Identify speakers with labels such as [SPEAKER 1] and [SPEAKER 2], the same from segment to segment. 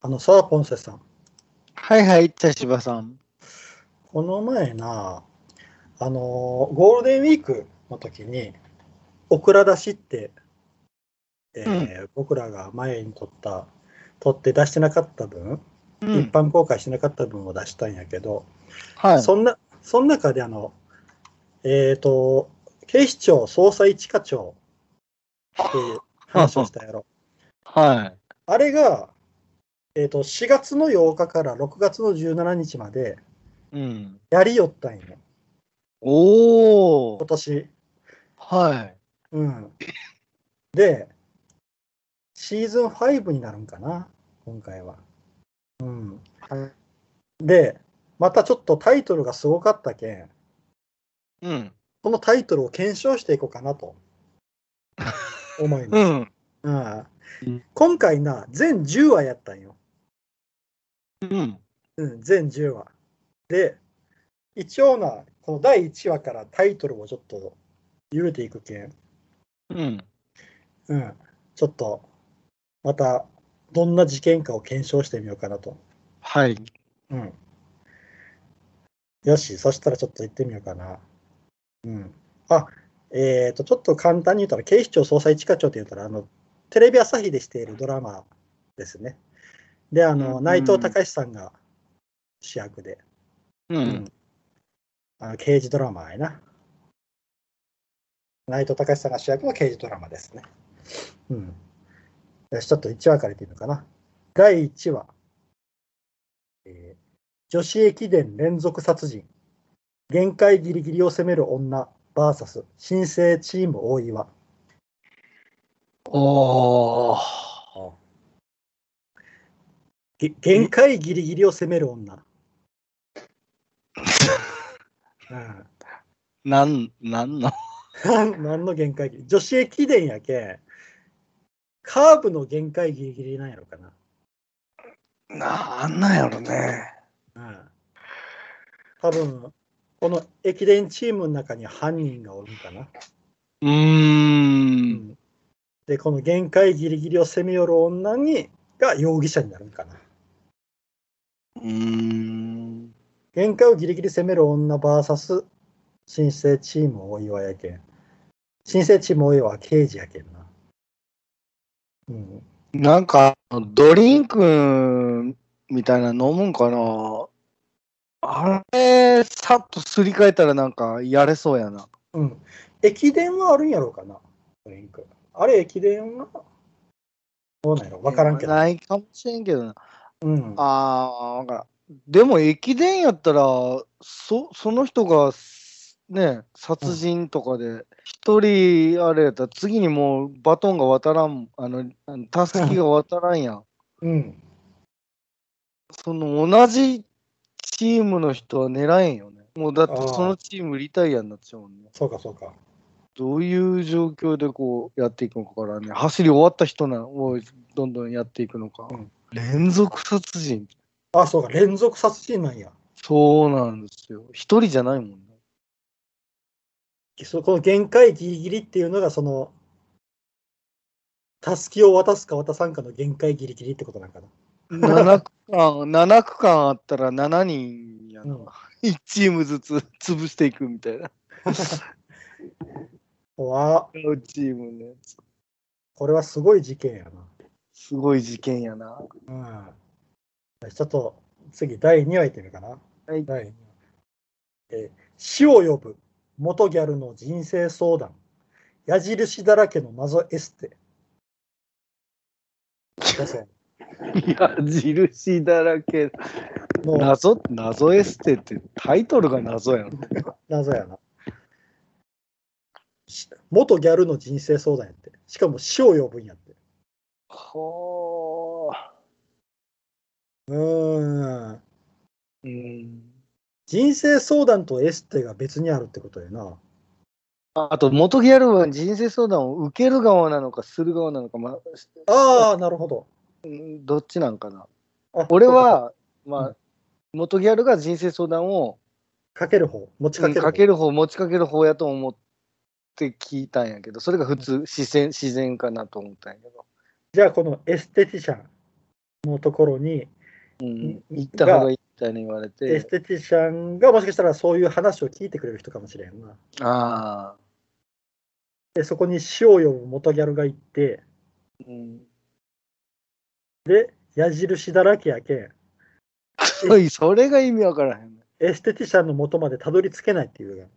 [SPEAKER 1] あのさあ、ポンセさん。
[SPEAKER 2] はいはい、茶芝さん。
[SPEAKER 1] この前な、あのーゴールデンウィークの時に、オクラ出しって、えー僕らが前に取った、取って出してなかった分、
[SPEAKER 2] う
[SPEAKER 1] 一。般公開してなかった分を出したんやけど、
[SPEAKER 2] はい。
[SPEAKER 1] そんな、その中であの、えっ、と、警視庁捜査一課長 っていう話をしたやろ。
[SPEAKER 2] はい。
[SPEAKER 1] あれが、えっ、と、4月の8日から6月の17日まで、
[SPEAKER 2] うん。
[SPEAKER 1] やりよったんよ、
[SPEAKER 2] お
[SPEAKER 1] 今
[SPEAKER 2] ー。
[SPEAKER 1] 年。
[SPEAKER 2] はい。
[SPEAKER 1] うん。で、シーズン5になるんかな、今回は。うん。で、またちょっとタイトルがすごかったけん、
[SPEAKER 2] うん。
[SPEAKER 1] このタイトルを検証していこうかなと思います。
[SPEAKER 2] うん。
[SPEAKER 1] うん
[SPEAKER 2] うん
[SPEAKER 1] 今回な、全10話やったんよ。
[SPEAKER 2] うん。
[SPEAKER 1] うん、全10話。で、一応な、この第1話からタイトルをちょっと揺れていくけん、
[SPEAKER 2] うん。
[SPEAKER 1] うん、ちょっと、また、どんな事件かを検証してみようかなと。
[SPEAKER 2] はい。
[SPEAKER 1] うん。よし、そしたらちょっと行ってみようかな。うん。あ、えっ、と、ちょっと簡単に言ったら、警視庁捜査一課長って言ったら、あの、テレビ朝日でしているドラマですね。で、あの、
[SPEAKER 2] うん
[SPEAKER 1] 内藤隆さんが主役で、
[SPEAKER 2] う
[SPEAKER 1] うん
[SPEAKER 2] ん。
[SPEAKER 1] あの刑事ドラマやな。内藤隆さんが主役の刑事ドラマですね。うん。よし、ちょっと1話からいってみるかな。第1話。えー女子駅伝連続殺人。限界ギリギリを攻める女 VS 新生チーム大岩。
[SPEAKER 2] おー。
[SPEAKER 1] げ限界ギリギリを攻める女。うん
[SPEAKER 2] なん、なんの
[SPEAKER 1] なん何の限界ギリ女子駅伝やけカーブの限界ギリギリなんやろかな。
[SPEAKER 2] なんなんやろね。
[SPEAKER 1] うん、多分この駅伝チームの中に犯人がおるんかな。
[SPEAKER 2] うーん。
[SPEAKER 1] で、この限界ギリギリを攻め寄る女にが容疑者になるんかな。
[SPEAKER 2] うーん。
[SPEAKER 1] 限界をギリギリ攻める女 VS 新生チーム大岩やけん。新生チーム大岩は刑事やけんな。うん。
[SPEAKER 2] なんか、ドリンクみたいなの飲むんかなあれ、さっとすり替えたらなんかやれそうやな。
[SPEAKER 1] うん。駅伝はあるんやろうかな、ドリンク。あれ、駅伝はどうなんやろわからんけど。
[SPEAKER 2] ないかもしれんけどな。
[SPEAKER 1] うん。
[SPEAKER 2] ああ、わからん。でも駅伝やったら、そその人が、ね、殺人とかで、一、人あれやったら、次にもうバトンが渡らん、あの、あのたすきが渡らんやん。
[SPEAKER 1] うん。
[SPEAKER 2] その同じチームの人は狙えんよね。もうだって
[SPEAKER 1] あー
[SPEAKER 2] そのチームリタイアになっちゃうもんね。
[SPEAKER 1] そうか、そうか。
[SPEAKER 2] どういう状況でこうやっていくのかからね、走り終わった人なをどんどんやっていくのか。
[SPEAKER 1] うん
[SPEAKER 2] 連続殺人。
[SPEAKER 1] あ、そうか、連続殺人なんや。
[SPEAKER 2] そうなんですよ。一人じゃないもんね。
[SPEAKER 1] そこの限界ギリギリっていうのが、その、たすきを渡すか渡さんかの限界ギリギリってことなんかな。
[SPEAKER 2] 7区間、七区間あったら7人や
[SPEAKER 1] う
[SPEAKER 2] な。
[SPEAKER 1] ん
[SPEAKER 2] 1チームずつ 潰していくみたいな。
[SPEAKER 1] わあ、
[SPEAKER 2] チームのやつ。
[SPEAKER 1] これはすごい事件や
[SPEAKER 2] すごい事件やな。
[SPEAKER 1] な。うん。ちょっと、次、第2話いってみるかな。
[SPEAKER 2] はい
[SPEAKER 1] 第2話。えー死を呼ぶ、元ギャルの人生相談。矢印だらけの謎エス テ。だそう
[SPEAKER 2] 矢印だらけ。
[SPEAKER 1] もう
[SPEAKER 2] 謎、謎エステってタイトルが謎やろ。
[SPEAKER 1] 謎やな。し元ギャルの人生相談やって。しかも死を呼ぶんやって。
[SPEAKER 2] ほ
[SPEAKER 1] うーん。
[SPEAKER 2] ー。うん。
[SPEAKER 1] 人生相談とエステが別にあるってことやな。
[SPEAKER 2] あと、元ギャルは人生相談を受ける側なのか、する側なのか、まあ、
[SPEAKER 1] ああ、なるほど。
[SPEAKER 2] どっちなんかな。
[SPEAKER 1] あ
[SPEAKER 2] 俺、は、
[SPEAKER 1] う
[SPEAKER 2] まあ、元ギャルが人生相談を
[SPEAKER 1] かける方、持ちか
[SPEAKER 2] う
[SPEAKER 1] け
[SPEAKER 2] ん
[SPEAKER 1] る方。
[SPEAKER 2] かける方持ちかける方やと思って聞いたんやけどそれが普通自然自然かなと思ったんやけど
[SPEAKER 1] じゃあ、このエステティシャンのところに、
[SPEAKER 2] うん、行った方がいいみたいに言われ
[SPEAKER 1] エ
[SPEAKER 2] て
[SPEAKER 1] ス、テティシャンがもしかしたらそういう話を聞いてくれる人かもしれんな。
[SPEAKER 2] ああ、
[SPEAKER 1] で、そこに死を呼ぶ元ギャルが行って、
[SPEAKER 2] うん、
[SPEAKER 1] 矢印だらけやけん、
[SPEAKER 2] おいそれが意味わからへん。
[SPEAKER 1] エステティシャンの元までたどり着けないっていうやん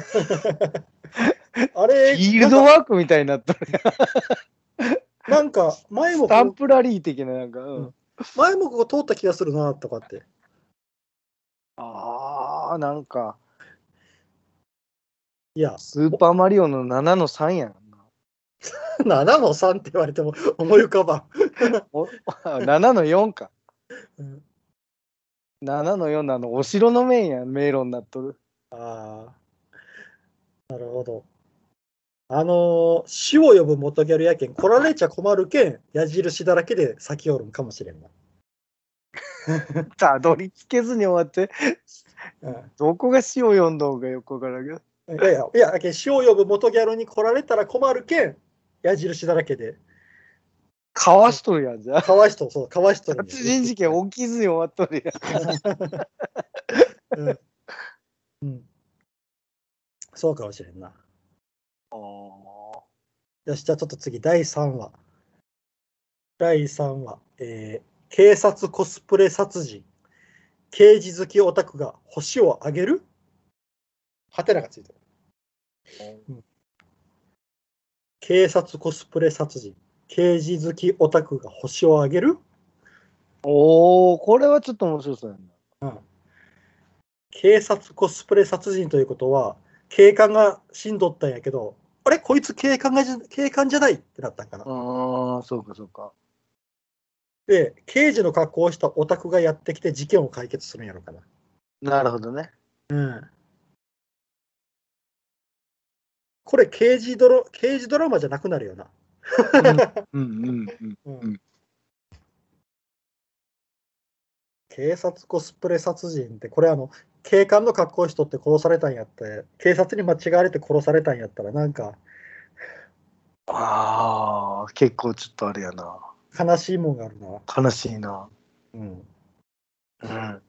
[SPEAKER 1] あれ
[SPEAKER 2] フ、ィールドワークみたいになったね。
[SPEAKER 1] なんか前も
[SPEAKER 2] スタンプラリー的な、なんか。うん
[SPEAKER 1] うん前もここ通った気がするなとかって。
[SPEAKER 2] ああ、なんか、
[SPEAKER 1] いや、
[SPEAKER 2] スーパーマリオの7の3やんな。
[SPEAKER 1] 7の3って言われても思い浮かばん。
[SPEAKER 2] お 7の4か。
[SPEAKER 1] うん
[SPEAKER 2] 7の4のあの、お城の面やん、迷路になっとる。
[SPEAKER 1] ああ、なるほど。あのー死を呼ぶ元ギャルやけん、来られちゃ困るけん、矢印だらけで先おるんかもしれんな。
[SPEAKER 2] たどり着けずに終わって、
[SPEAKER 1] う
[SPEAKER 2] どこが詩を読んだ方がよくわからんけど。
[SPEAKER 1] ん、いやいや、いやけん死を呼ぶ元ギャルに来られたら困るけん、矢印だらけで、
[SPEAKER 2] かわしとるやん、じゃあ。
[SPEAKER 1] かわいそう、そう、かわいそうに。
[SPEAKER 2] 殺人事件起きずに終わっとるやん。
[SPEAKER 1] うん。そうかもしれんな。よし、じゃあちょっと次、第3話。第3話、えー警察コスプレ殺人。刑事好きオタクが星をあげるはてながついてる、うん警察コスプレ殺人。刑事好きオタクが星をあげる
[SPEAKER 2] おおこれはちょっと面白そうやな。
[SPEAKER 1] 警察コスプレ殺人ということは、警官が死んどったんやけど、あれこいつ警官がじゃ警官じゃないってなったんかな。
[SPEAKER 2] ああ、そうかそうか。
[SPEAKER 1] で、刑事の格好をしたオタクがやってきて事件を解決するんやろかな。
[SPEAKER 2] なるほどね。
[SPEAKER 1] これ刑事ドロ、刑事ドラマじゃなくなるよな。
[SPEAKER 2] うんうんうん。ん
[SPEAKER 1] 警察コスプレ殺人って、これあの、警官の格好をしとって殺されたんやって、警察に間違われて殺されたんやったら、なんか
[SPEAKER 2] ああ、結構ちょっとあれやな。
[SPEAKER 1] 悲しいもんがあるな。
[SPEAKER 2] 悲しいな。
[SPEAKER 1] うん。
[SPEAKER 2] うん。
[SPEAKER 1] あ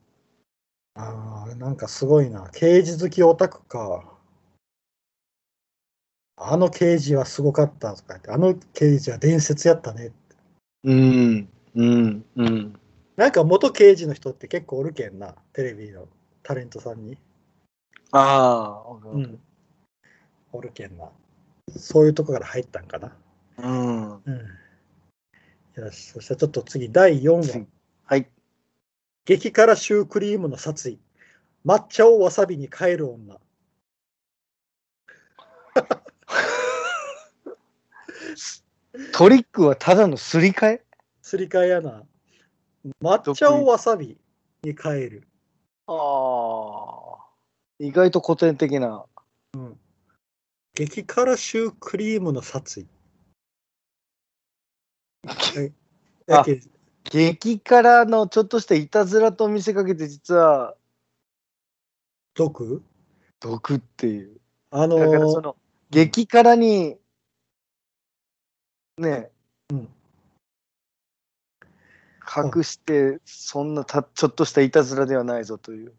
[SPEAKER 1] あ、なんかすごいな。刑事好きオタクか。あの刑事はすごかったとか言って、あの刑事は伝説やったねって。
[SPEAKER 2] うん。うん。うん。
[SPEAKER 1] なんか元刑事の人って結構おるけんな、テレビのタレントさんに。
[SPEAKER 2] ああ、
[SPEAKER 1] うん。おるけんな。そういうとこから入ったんかな。
[SPEAKER 2] うん。
[SPEAKER 1] うん。よし、そしたらちょっと次、第4話
[SPEAKER 2] 次。はい。
[SPEAKER 1] 激辛シュークリームの殺意。抹茶をわさびに変える女。
[SPEAKER 2] トリックはただのすり替え
[SPEAKER 1] すり替えやな。抹茶をわさびに変える。
[SPEAKER 2] ああ。意外と古典的な。
[SPEAKER 1] 激辛シュークリームの殺意。はいやけん
[SPEAKER 2] 激辛のちょっとしたいたずらと見せかけて実は
[SPEAKER 1] 毒
[SPEAKER 2] 毒っていう。
[SPEAKER 1] あの
[SPEAKER 2] だからそ
[SPEAKER 1] ー、
[SPEAKER 2] の激辛にね、
[SPEAKER 1] うん
[SPEAKER 2] 隠してそんなたちょっとしたいたずらではないぞという。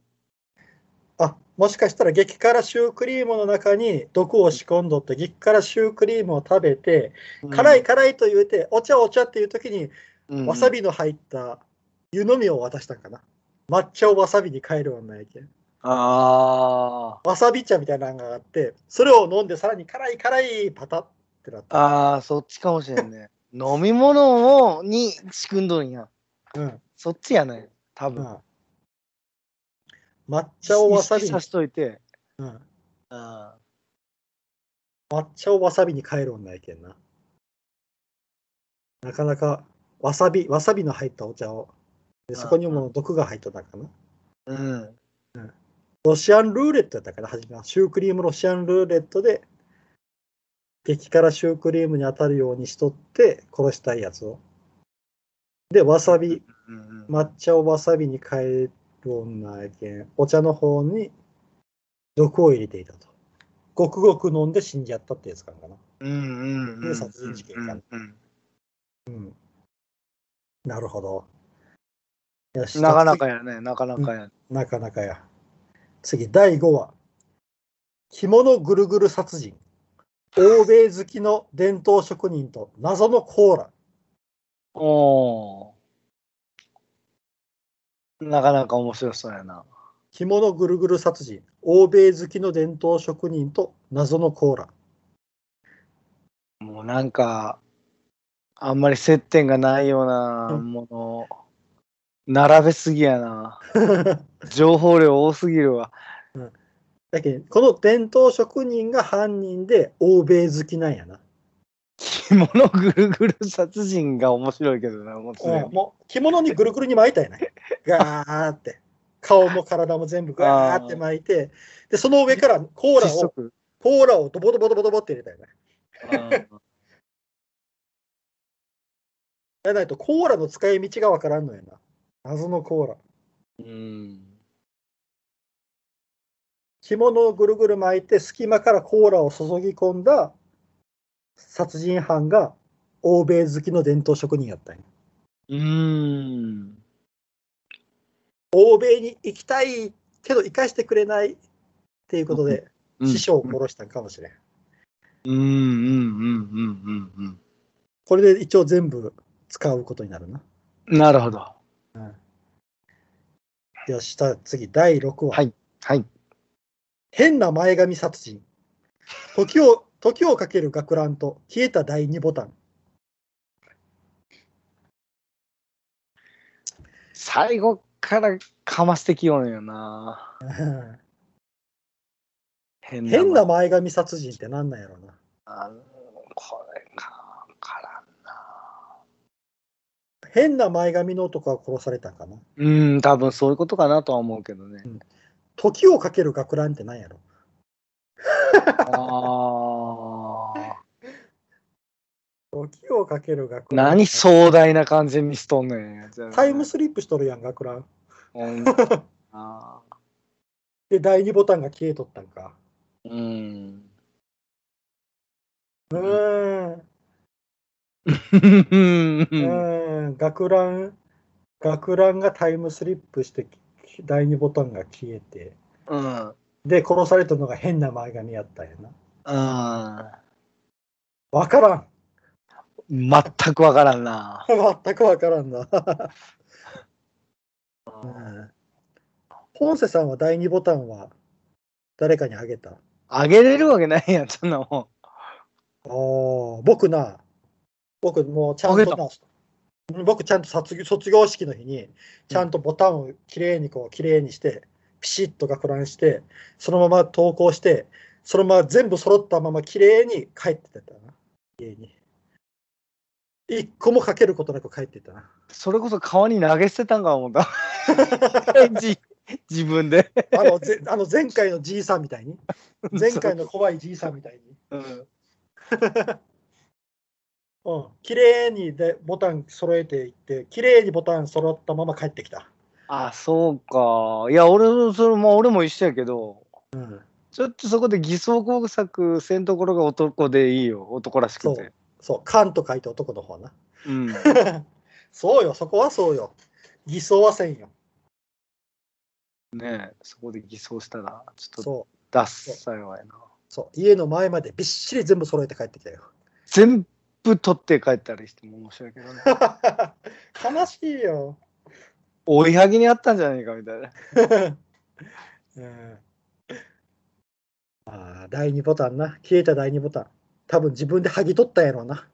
[SPEAKER 1] あもしかしたら激辛シュークリームの中に毒を仕込んどって激辛シュークリームを食べて、辛い辛いと言うてお茶お茶っていう時に
[SPEAKER 2] うん
[SPEAKER 1] わさびの入った湯飲みを渡したんかな抹茶をわさびに変える女やけん
[SPEAKER 2] あ
[SPEAKER 1] わさび茶みたいなのがあってそれを飲んでさらに辛い辛いパタってなっ
[SPEAKER 2] あ
[SPEAKER 1] た、
[SPEAKER 2] ああそっちかもしれん ね。飲み物をに仕組んどんや。
[SPEAKER 1] うん
[SPEAKER 2] そっちやね多
[SPEAKER 1] う
[SPEAKER 2] 分。
[SPEAKER 1] ん、抹茶をわさび
[SPEAKER 2] 意
[SPEAKER 1] に
[SPEAKER 2] 識さしといて。
[SPEAKER 1] うん
[SPEAKER 2] あ
[SPEAKER 1] 抹茶をわさびに変える女やけんな。なかなか、わさび、わさびの入ったお茶を。で
[SPEAKER 2] うん
[SPEAKER 1] そこにも毒が入っとったんかな。
[SPEAKER 2] ーうん。
[SPEAKER 1] ロシアンルーレットやったかな、初めは。シュークリームロシアンルーレットで、激辛シュークリームに当たるようにしとって、殺したいやつを。で、わさび、
[SPEAKER 2] うん
[SPEAKER 1] 抹茶をわさびに変える女やけん、お茶の方に毒を入れていたと。ごくごく飲んで死んじゃったってやつかな。
[SPEAKER 2] うんうんうんうん
[SPEAKER 1] 殺人事件か
[SPEAKER 2] うんうん
[SPEAKER 1] うん。なるほど。よし
[SPEAKER 2] なかなかやね、なかなかや。
[SPEAKER 1] なかなかや。次、第5話。着物ぐるぐる殺人。欧米好きの伝統職人と謎のコーラ。
[SPEAKER 2] おーなかなか面白そうやな。
[SPEAKER 1] 着物ぐるぐる殺人。欧米好きの伝統職人と謎のコーラ。
[SPEAKER 2] もうなんか、あんまり接点がないような
[SPEAKER 1] うん
[SPEAKER 2] ものを並べすぎ やな。情報量多すぎるわ。
[SPEAKER 1] だけど、この伝統職人が犯人で欧米好きなんやな。
[SPEAKER 2] 着物ぐるぐる殺人が面白いけどな、もうすでに
[SPEAKER 1] もう着物にぐるぐるに巻いたんやね。ガーって。顔も体も全部ガーって巻いて、で、その上からコーラ
[SPEAKER 2] 窒
[SPEAKER 1] を、
[SPEAKER 2] 息
[SPEAKER 1] コーラをドボドボドボドボって入れたよね。
[SPEAKER 2] うん
[SPEAKER 1] じゃないとコーラの使い道がわからんのやな。謎のコーラ。
[SPEAKER 2] うん。
[SPEAKER 1] 着物をぐるぐる巻いて隙間からコーラを注ぎ込んだ殺人犯が欧米好きの伝統職人やったんや。
[SPEAKER 2] うん。
[SPEAKER 1] 欧米に行きたいけど生かしてくれないっていうことで
[SPEAKER 2] うん
[SPEAKER 1] 師匠を殺したんかもしれん。
[SPEAKER 2] うんうんうんうんうん
[SPEAKER 1] これで一応全部使うことになるな。
[SPEAKER 2] うん。なるほど。
[SPEAKER 1] よし、した次、第6話。
[SPEAKER 2] はいはい。
[SPEAKER 1] 変な前髪殺人。時を、時をかける学ランと消えた第2ボタン。
[SPEAKER 2] 最後からかましてきよるんよな。 変
[SPEAKER 1] 変な
[SPEAKER 2] もん
[SPEAKER 1] 前髪殺人ってなんなんやろな。
[SPEAKER 2] あのこれか、から
[SPEAKER 1] 変な前髪の男が殺されたんかな。
[SPEAKER 2] ん。うん、多分そういうことかなとは思うけどね。
[SPEAKER 1] 時をかける学ランってなんやろ。
[SPEAKER 2] ああ。
[SPEAKER 1] 時をかける学ラン。
[SPEAKER 2] 何壮大な感じにしとんねん。
[SPEAKER 1] タイムスリップしとるやん、学ラン。
[SPEAKER 2] ほんまやな
[SPEAKER 1] で、第2ボタンが消えとったんか。
[SPEAKER 2] うん。
[SPEAKER 1] うーん。うーん。学ラン、学ランがタイムスリップして、第2ボタンが消えて。
[SPEAKER 2] うん。
[SPEAKER 1] で、殺されたのが変な前髪やったんやな。
[SPEAKER 2] あ
[SPEAKER 1] わからん。
[SPEAKER 2] ー全くわからんな。
[SPEAKER 1] 全くわからん な。本瀬さんは第2ボタンは誰かにあげた。あ
[SPEAKER 2] あげれるわけないやん、そんなも
[SPEAKER 1] あ、僕な、僕もうちゃんとな、僕ちゃんと卒業卒業式の日に、ちゃんとボタンをきれいにこう、きれいにして、ピシッと学ランして、そのまま投稿して、そのまま全部揃ったままきれいに帰ってたな。家に。一個もかけることなく帰ってったな。
[SPEAKER 2] ん。それこそ川に投げ捨てたんか思 った。自自分で。
[SPEAKER 1] あのぜ あの前回のじいさんみたいに、前回の怖いじいさんみたいに、
[SPEAKER 2] うん。
[SPEAKER 1] うん、綺麗にでボタン揃えていって、綺麗にボタン揃ったまま帰ってきた。
[SPEAKER 2] あ、そうか。いや、俺、それも、俺も一緒やけど、
[SPEAKER 1] うん、
[SPEAKER 2] ちょっとそこで偽装工作せんところが男でいいよ。男らしくて。
[SPEAKER 1] そう、カンと書いて男の方な。
[SPEAKER 2] うん。
[SPEAKER 1] そうよ、そこはそうよ。偽装はせんよ。
[SPEAKER 2] ねえそこで偽装したら、ちょっと
[SPEAKER 1] そう、
[SPEAKER 2] ダッサいわやな。
[SPEAKER 1] そう家の前までびっしり全部揃えて帰ってきたよ。
[SPEAKER 2] 全部取って帰ったりしても面白いけどね。
[SPEAKER 1] 悲しいよ。
[SPEAKER 2] 追いはぎにあったんじゃないかみたいな。
[SPEAKER 1] うんああ、第2ボタンな。消えた第2ボタン。多分自分で剥ぎ取ったんやろうな。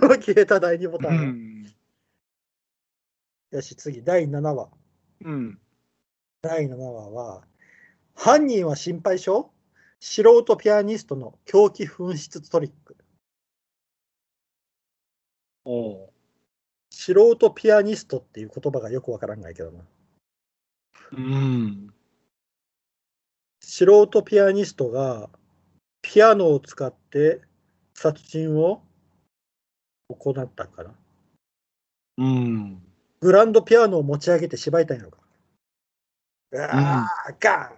[SPEAKER 1] この消えた第2ボタ
[SPEAKER 2] う
[SPEAKER 1] ン。
[SPEAKER 2] ん。
[SPEAKER 1] よし、次、第7話。
[SPEAKER 2] うん。
[SPEAKER 1] 第7話は、犯人は心配性素人ピアニストの狂気紛失トリック。
[SPEAKER 2] おう
[SPEAKER 1] 素人ピアニストっていう言葉がよくわからんないけどな。
[SPEAKER 2] うん。
[SPEAKER 1] 素人ピアニストがピアノを使って殺人を行ったんかな。
[SPEAKER 2] うん。
[SPEAKER 1] グランドピアノを持ち上げて縛いたんやろか。うわあ、ガ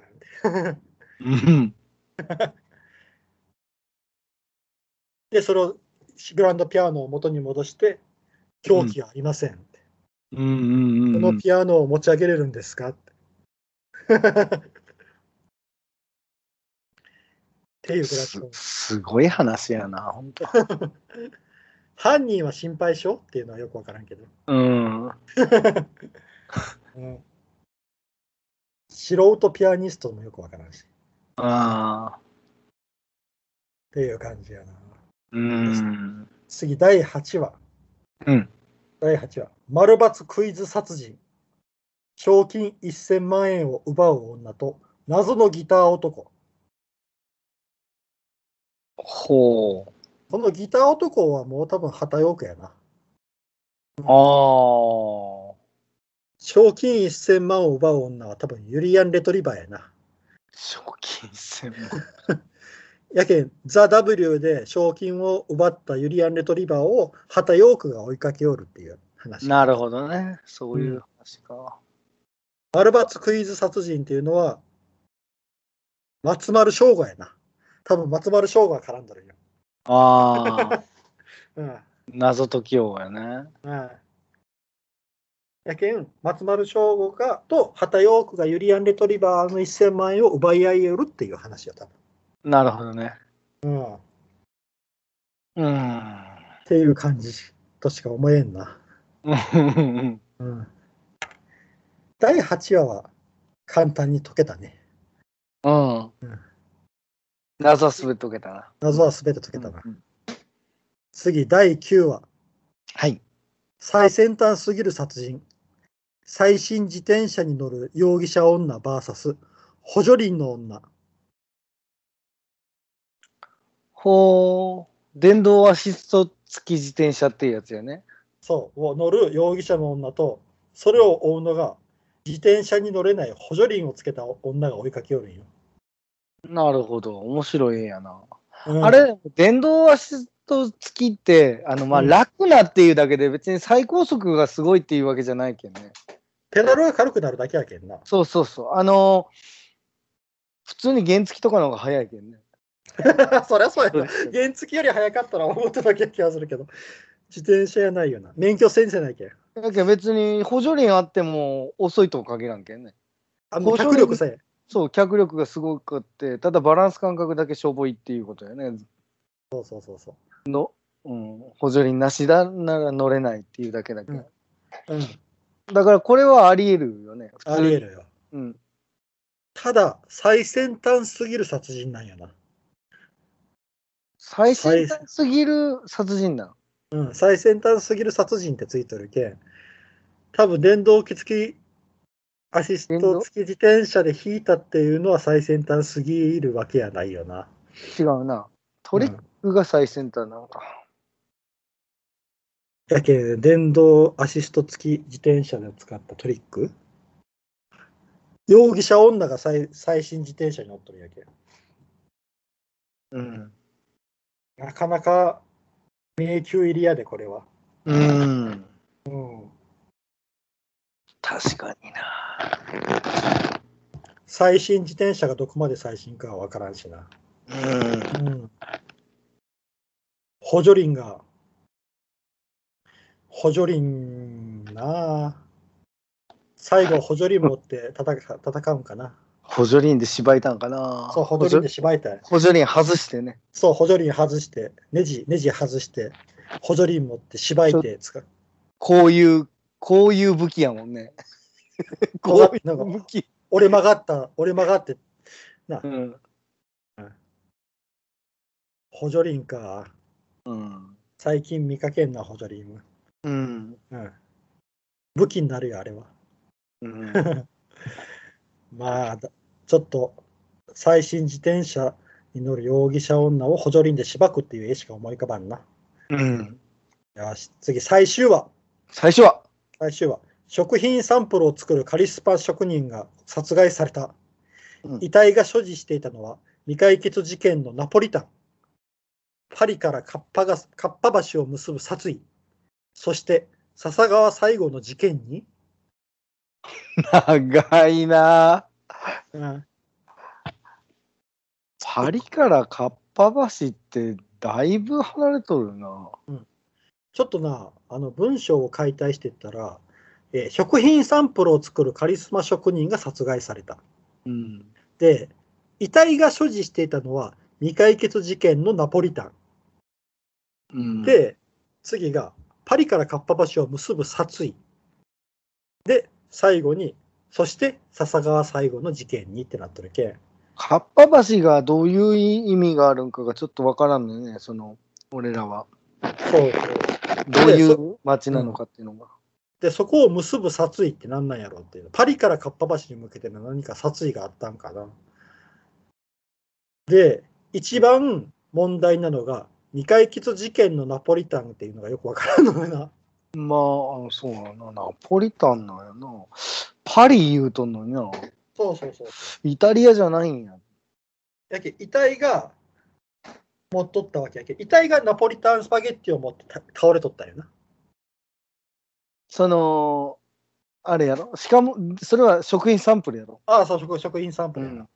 [SPEAKER 1] ーン
[SPEAKER 2] うん。
[SPEAKER 1] で、それをグランドピアノを元に戻して、狂気はありませんって。
[SPEAKER 2] うんうんうん
[SPEAKER 1] こ
[SPEAKER 2] う
[SPEAKER 1] の
[SPEAKER 2] ん。
[SPEAKER 1] ピアノを持ち上げれるんですか って。っていうぐらい
[SPEAKER 2] すすごい話やな、本当。
[SPEAKER 1] 犯人は心配性っていうのはよくわからんけ ど。
[SPEAKER 2] うん。
[SPEAKER 1] うん素人ピアニストもよくわからんし。っ
[SPEAKER 2] ああ。
[SPEAKER 1] ていう感じやな。
[SPEAKER 2] うん。
[SPEAKER 1] 次、第8話。
[SPEAKER 2] うん。
[SPEAKER 1] 第8話。丸抜クイズ殺人。賞金1000万円を奪う女と謎のギター男。
[SPEAKER 2] ほ
[SPEAKER 1] このギター男はもう多分旗ヨークやな。
[SPEAKER 2] う。ああ。
[SPEAKER 1] 賞金1000万を奪う女は多分ユリアン・レトリバーやな。
[SPEAKER 2] 賞金千万。
[SPEAKER 1] やけん、ザ・ W で賞金を奪ったユリアン・レトリバーを畑ヨークが追いかけおるっていう話。
[SPEAKER 2] なるほどね。そういう話か。
[SPEAKER 1] マルバツクイズ殺人っていうのは、松丸翔吾やな。多分松丸翔吾が絡んでるよ。
[SPEAKER 2] ああ。
[SPEAKER 1] うん。
[SPEAKER 2] 謎解き王やね。
[SPEAKER 1] うんやけん、松丸翔吾がと畑ヨークがユリアン・レトリバーの1000万円を奪い合いよるっていう話や、多
[SPEAKER 2] なるほどね。
[SPEAKER 1] 分。うん。っ
[SPEAKER 2] うん。
[SPEAKER 1] ていう感じとしか思えんな。
[SPEAKER 2] うん
[SPEAKER 1] うん第8話は簡単に解けたね。
[SPEAKER 2] うん。謎はすべて解けたな。
[SPEAKER 1] 謎は全て解けたな。
[SPEAKER 2] うん
[SPEAKER 1] 次、第9話。
[SPEAKER 2] はい。
[SPEAKER 1] 最先端すぎる殺人。最新自転車に乗る容疑者女 VS 補助輪の女。
[SPEAKER 2] ほう。電動アシスト付き自転車っていうやつやね。
[SPEAKER 1] そう、を乗る容疑者の女と、それを追うのが自転車に乗れない補助輪をつけた女が追いかけよるんよ。
[SPEAKER 2] なるほど。面白い絵やな。
[SPEAKER 1] うん
[SPEAKER 2] あれ、電動アシスト付きって、あの、まあ、
[SPEAKER 1] うん
[SPEAKER 2] 楽なっていうだけで、別に最高速がすごいっていうわけじゃないけんね。
[SPEAKER 1] ペダルが軽くなるだけやけんな。
[SPEAKER 2] そうそうそう。あの、普通に原付とかの方が早いけんね。
[SPEAKER 1] そりゃそうやな。原付より早かったら思ってた気がするけど、自転車やないよな。免許せんせないけん。
[SPEAKER 2] だけど別に補助輪あっても遅いとは限らんけんね。
[SPEAKER 1] あもう
[SPEAKER 2] 補助輪
[SPEAKER 1] 脚力さえ。
[SPEAKER 2] そう、脚力がすごくって、ただバランス感覚だけしょぼいっていうことやね。
[SPEAKER 1] そうそうそうそ
[SPEAKER 2] うん、補助輪なしだなら乗れないっていうだけだけど。
[SPEAKER 1] うんう。うん、
[SPEAKER 2] だからこれはあり得るよね。普
[SPEAKER 1] あ
[SPEAKER 2] 通に
[SPEAKER 1] りえるよ。
[SPEAKER 2] うん。
[SPEAKER 1] ただ、最先端すぎる殺人なんやな。
[SPEAKER 2] 最先端すぎる殺人なの。
[SPEAKER 1] うん、最先端すぎる殺人ってついてるけん、多分電動機付きアシスト付き自転車で引いたっていうのは最先端すぎるわけやないよな。
[SPEAKER 2] 違うな。トリックが最先端なのか。
[SPEAKER 1] やけん、電動アシスト付き自転車で使ったトリック容疑者女が最最新自転車に乗っとるやけん。
[SPEAKER 2] うん。
[SPEAKER 1] なかなか迷宮入りやで、これは。
[SPEAKER 2] うん。
[SPEAKER 1] うん、
[SPEAKER 2] 確かにな。
[SPEAKER 1] 最新自転車がどこまで最新かは分からんしな。
[SPEAKER 2] うん。
[SPEAKER 1] うん、補助輪が、補助輪なあ最後補助輪持って戦う戦うんかな。
[SPEAKER 2] 補助輪でしばいたんかな。
[SPEAKER 1] そう、補助輪でしばいたい。
[SPEAKER 2] 補助輪外してね。
[SPEAKER 1] そう、補助輪外して、ネジ、ネジ外して、補助輪持って、しばいて使う。
[SPEAKER 2] こういう、こういう武器やもんね。 こういう武器。
[SPEAKER 1] 俺曲がった、俺曲がって、
[SPEAKER 2] うん。
[SPEAKER 1] 補助輪か。
[SPEAKER 2] うん。
[SPEAKER 1] 最近見かけんな、補助輪。
[SPEAKER 2] うん。
[SPEAKER 1] うん。武器になるよ、あれは。
[SPEAKER 2] うん
[SPEAKER 1] まあ、だちょっと、最新自転車に乗る容疑者女を補助輪でしばくっていう絵しか思い浮かばんな。
[SPEAKER 2] うん。
[SPEAKER 1] よし、次、最終話。
[SPEAKER 2] 最初は、
[SPEAKER 1] 最終話。食品サンプルを作るカリスパ職人が殺害された。
[SPEAKER 2] うん
[SPEAKER 1] 遺体が所持していたのは未解決事件のナポリタン。パリからカッパがカッパ橋を結ぶ殺意。そして笹川最後の事件に、
[SPEAKER 2] 長いな。
[SPEAKER 1] うん、
[SPEAKER 2] パリからかっぱ橋ってだいぶ離れとるな。
[SPEAKER 1] ちょっとな、あの文章を解体していったら、えー食品サンプルを作るカリスマ職人が殺害された。
[SPEAKER 2] うん。
[SPEAKER 1] で、遺体が所持していたのは未解決事件のナポリタン。
[SPEAKER 2] うん、、
[SPEAKER 1] で、次が、パリからかっぱ橋を結ぶ殺意。で、最後に、そして笹川最後の事件にってなってるけん。
[SPEAKER 2] かっぱ橋がどういう意味があるんかがちょっとわからんのよね、その、俺らは。
[SPEAKER 1] そう。
[SPEAKER 2] どういう街なのかっていうのが。
[SPEAKER 1] で、そこを結ぶ殺意って何なんやろうっていう。パリからかっぱ橋に向けての何か殺意があったんかな。で、一番問題なのが、未解決事件のナポリタンっていうのがよくわからんのよな。
[SPEAKER 2] まあ、そうなの、ナポリタンなんやな。パリ言うとんのにな。
[SPEAKER 1] そうそうそう。
[SPEAKER 2] イタリアじゃないんや。
[SPEAKER 1] やけ遺体が持っとったわけやけ遺体がナポリタンスパゲッティを持ってた倒れとったんよな
[SPEAKER 2] その、あれやろ。しかも、それは食品サンプルやろ。
[SPEAKER 1] ああそう食食品サンプルやな、
[SPEAKER 2] うん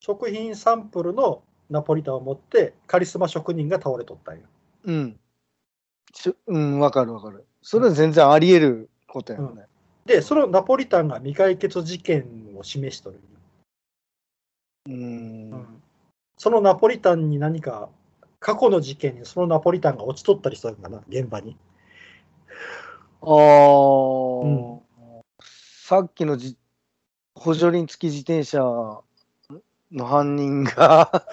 [SPEAKER 1] 食品サンプルのナポリタンを持ってカリスマ職人が倒れとったんよ
[SPEAKER 2] うん。しうん、わかるわかる。それは全然あり得ることやよね。
[SPEAKER 1] でそのナポリタンが未解決事件を示しとるんよ、
[SPEAKER 2] うん。
[SPEAKER 1] そのナポリタンに何か過去の事件にそのナポリタンが落ちとったりしたんかな現場に
[SPEAKER 2] ああ、
[SPEAKER 1] うん
[SPEAKER 2] さっきのじ補助輪付き自転車の犯人が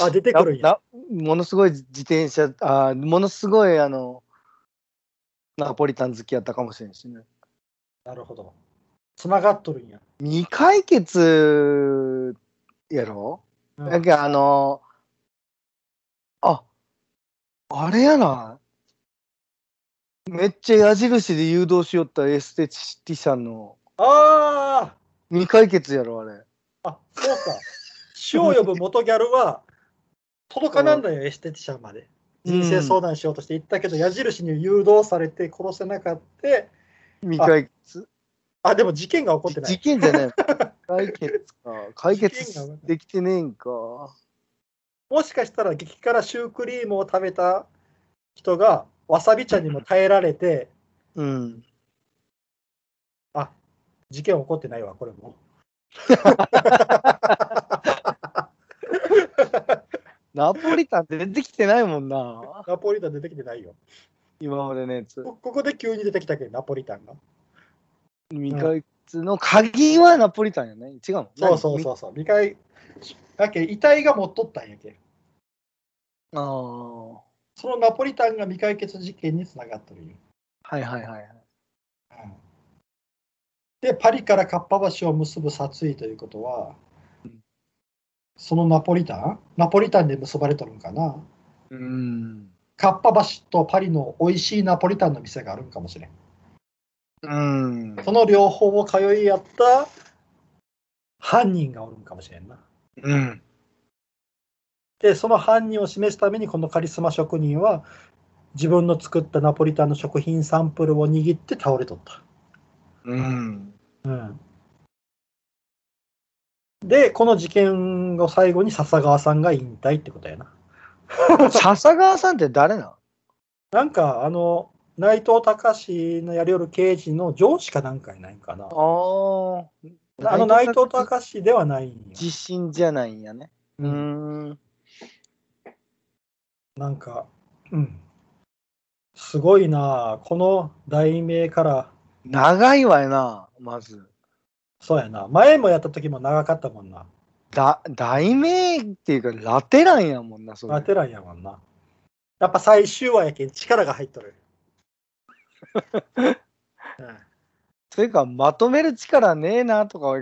[SPEAKER 1] あ出てくるんや
[SPEAKER 2] なものすごい自転車あーものすごいあのナポリタン好きやったかもしれんしね
[SPEAKER 1] なるほどつながっとるんや、
[SPEAKER 2] 未解決やろ、
[SPEAKER 1] うん
[SPEAKER 2] だけどあのああれやなめっちゃ矢印で誘導しよったエステティシャンの
[SPEAKER 1] ああ
[SPEAKER 2] 未解決やろあれ
[SPEAKER 1] あ、そうか。死を呼ぶ元ギャル は、届かなんだよ、エステティシャンまで。人生相談しようとして行ったけど、矢印に誘導されて殺せなかった。
[SPEAKER 2] 未解決
[SPEAKER 1] あ、でも事件が起こってな
[SPEAKER 2] 事
[SPEAKER 1] い。
[SPEAKER 2] 件じ ゃない解決か解
[SPEAKER 1] 事件が
[SPEAKER 2] 決できてねえんか
[SPEAKER 1] もしかしたら激辛シュークリームを食べた人が、わさび茶にも耐えられて、
[SPEAKER 2] うん
[SPEAKER 1] あ、事件起こってないわ、これも。
[SPEAKER 2] ナポリタン出てきてないもんな
[SPEAKER 1] ナポリタン出てきてないよ。
[SPEAKER 2] 今までのやつ
[SPEAKER 1] こここで急に出てきたけど、ナポリタンが。
[SPEAKER 2] 未解決の鍵はナポリタンやね違うもん
[SPEAKER 1] そうそうそうそう。未解、だけ遺体が持っとったんやけ。
[SPEAKER 2] うあ
[SPEAKER 1] そのナポリタンが未解決事件につながってるよ。
[SPEAKER 2] あはいはいはい
[SPEAKER 1] で、パリからかっぱ橋を結ぶ殺意ということは
[SPEAKER 2] うん、
[SPEAKER 1] そのナポリタンナポリタンで結ばれとるんかな
[SPEAKER 2] うん
[SPEAKER 1] かっぱ橋とパリの美味しいナポリタンの店があるんかもしれん。
[SPEAKER 2] うん
[SPEAKER 1] その両方を通い合った犯人がおるんかもしれんな。
[SPEAKER 2] うん
[SPEAKER 1] で、その犯人を示すために、このカリスマ職人は、自分の作ったナポリタンの食品サンプルを握って倒れとった。
[SPEAKER 2] うん
[SPEAKER 1] で、この事件を最後に笹川さんが引退ってことやな。
[SPEAKER 2] 笹川さんって誰なん
[SPEAKER 1] なんか、あの、内藤隆のやりよる刑事の上司かなんかいないんかな。
[SPEAKER 2] あ
[SPEAKER 1] あ
[SPEAKER 2] あ
[SPEAKER 1] の内藤隆ではないんよ。
[SPEAKER 2] 自信じゃないんやね
[SPEAKER 1] う
[SPEAKER 2] うんん
[SPEAKER 1] なんか、うん。すごいなあこの題名から、
[SPEAKER 2] 長いわよな、まず。
[SPEAKER 1] そうやな。前もやった時も長かったもんな。
[SPEAKER 2] だ題名っていうか、ラテランやもんな、それ。
[SPEAKER 1] 当てらんやもんな。やっぱ最終話やけん力が入っとる。うん
[SPEAKER 2] というか、まとめる力ねえなと か、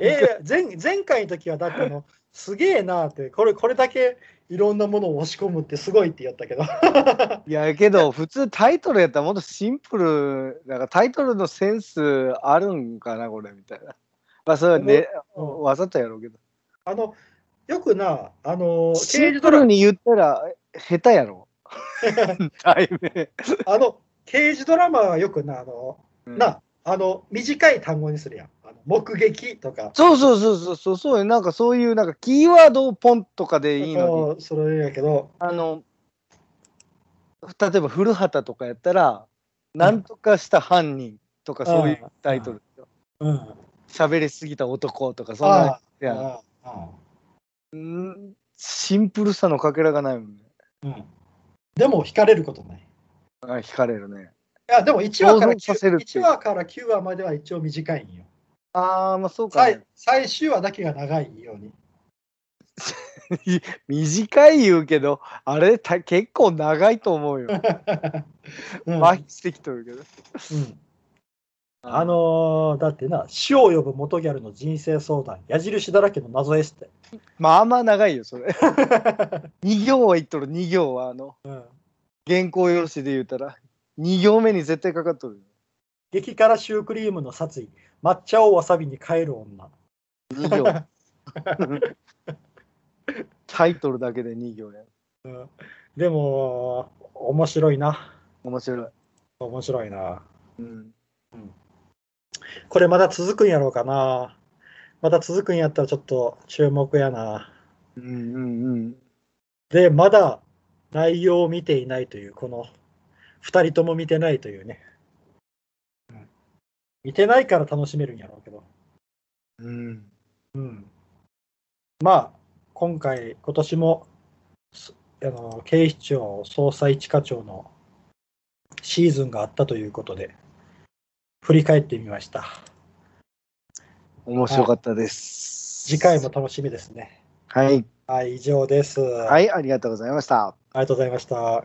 [SPEAKER 1] ええ 前前回の時はだってあのすげえなってこれこれだけいろんなものを押し込むってすごいってやったけど
[SPEAKER 2] いや、けど、普通タイトルやったらもっとシンプル、なんかタイトルのセンスあるんかな、これ、みたいな。まあ、それはね、
[SPEAKER 1] うん
[SPEAKER 2] わざとやろうけど。
[SPEAKER 1] あのよくなあの
[SPEAKER 2] シ
[SPEAKER 1] 刑
[SPEAKER 2] ン
[SPEAKER 1] 事
[SPEAKER 2] プ
[SPEAKER 1] ドラ
[SPEAKER 2] ル
[SPEAKER 1] マ
[SPEAKER 2] に言ったら、下手やろ。題名。
[SPEAKER 1] あの刑事ドラマはよくなあの、
[SPEAKER 2] うん
[SPEAKER 1] なあの短い単語にするやんあの目撃とか、
[SPEAKER 2] そうそうそうそうそうそうよなんかそういうなんかキーワードをポンとかでいいのに
[SPEAKER 1] そうそれやけど、
[SPEAKER 2] あの例えば古畑とかやったら「なんとかした犯人」とかそういうタイトルですよ
[SPEAKER 1] うん。
[SPEAKER 2] 喋りすぎた男とかそんな
[SPEAKER 1] あ
[SPEAKER 2] の
[SPEAKER 1] あ、
[SPEAKER 2] やん
[SPEAKER 1] ああ、
[SPEAKER 2] シンプルさのかけらがないもんね
[SPEAKER 1] うん。でも、惹かれることない。
[SPEAKER 2] あ惹かれるね
[SPEAKER 1] いや、でも1話から
[SPEAKER 2] 想像させるっていう
[SPEAKER 1] 1話から9話までは一応短いんよ。
[SPEAKER 2] ああまあそうか、
[SPEAKER 1] 最
[SPEAKER 2] ね、
[SPEAKER 1] 最終話だけが長いように。
[SPEAKER 2] 短い言うけどあれた結構長いと思うよ
[SPEAKER 1] うん
[SPEAKER 2] 麻痺してきとるけど
[SPEAKER 1] うんあのーだってな、死を呼ぶ元ギャルの人生相談、矢印だらけの謎エステ。
[SPEAKER 2] まあまあ長いよそれ2行は言っとる2行はあの
[SPEAKER 1] うん
[SPEAKER 2] 原稿用紙で言うたら2行目に絶対かかっとる
[SPEAKER 1] 激辛シュークリームの殺意、抹茶をわさびに変える女。
[SPEAKER 2] 2行タイトルだけで2行や
[SPEAKER 1] でも、面白いな。
[SPEAKER 2] 面白い、
[SPEAKER 1] 面白いな。
[SPEAKER 2] うん、
[SPEAKER 1] これまだ続くんやろうかな。まだ続くんやったらちょっと注目やな。
[SPEAKER 2] うんうんうん
[SPEAKER 1] で、まだ内容を見ていないという、この2人とも見てないというね。見てないから楽しめるんやろうけど。
[SPEAKER 2] うん
[SPEAKER 1] うん。まあ、今回、今年も、すあの警視庁捜査一課長のシーズンがあったということで、振り返ってみました。
[SPEAKER 2] 面白かったです
[SPEAKER 1] 次回も楽しみですね。
[SPEAKER 2] はい
[SPEAKER 1] はい、以上です。
[SPEAKER 2] はいありがとうございました
[SPEAKER 1] ありがとうございました。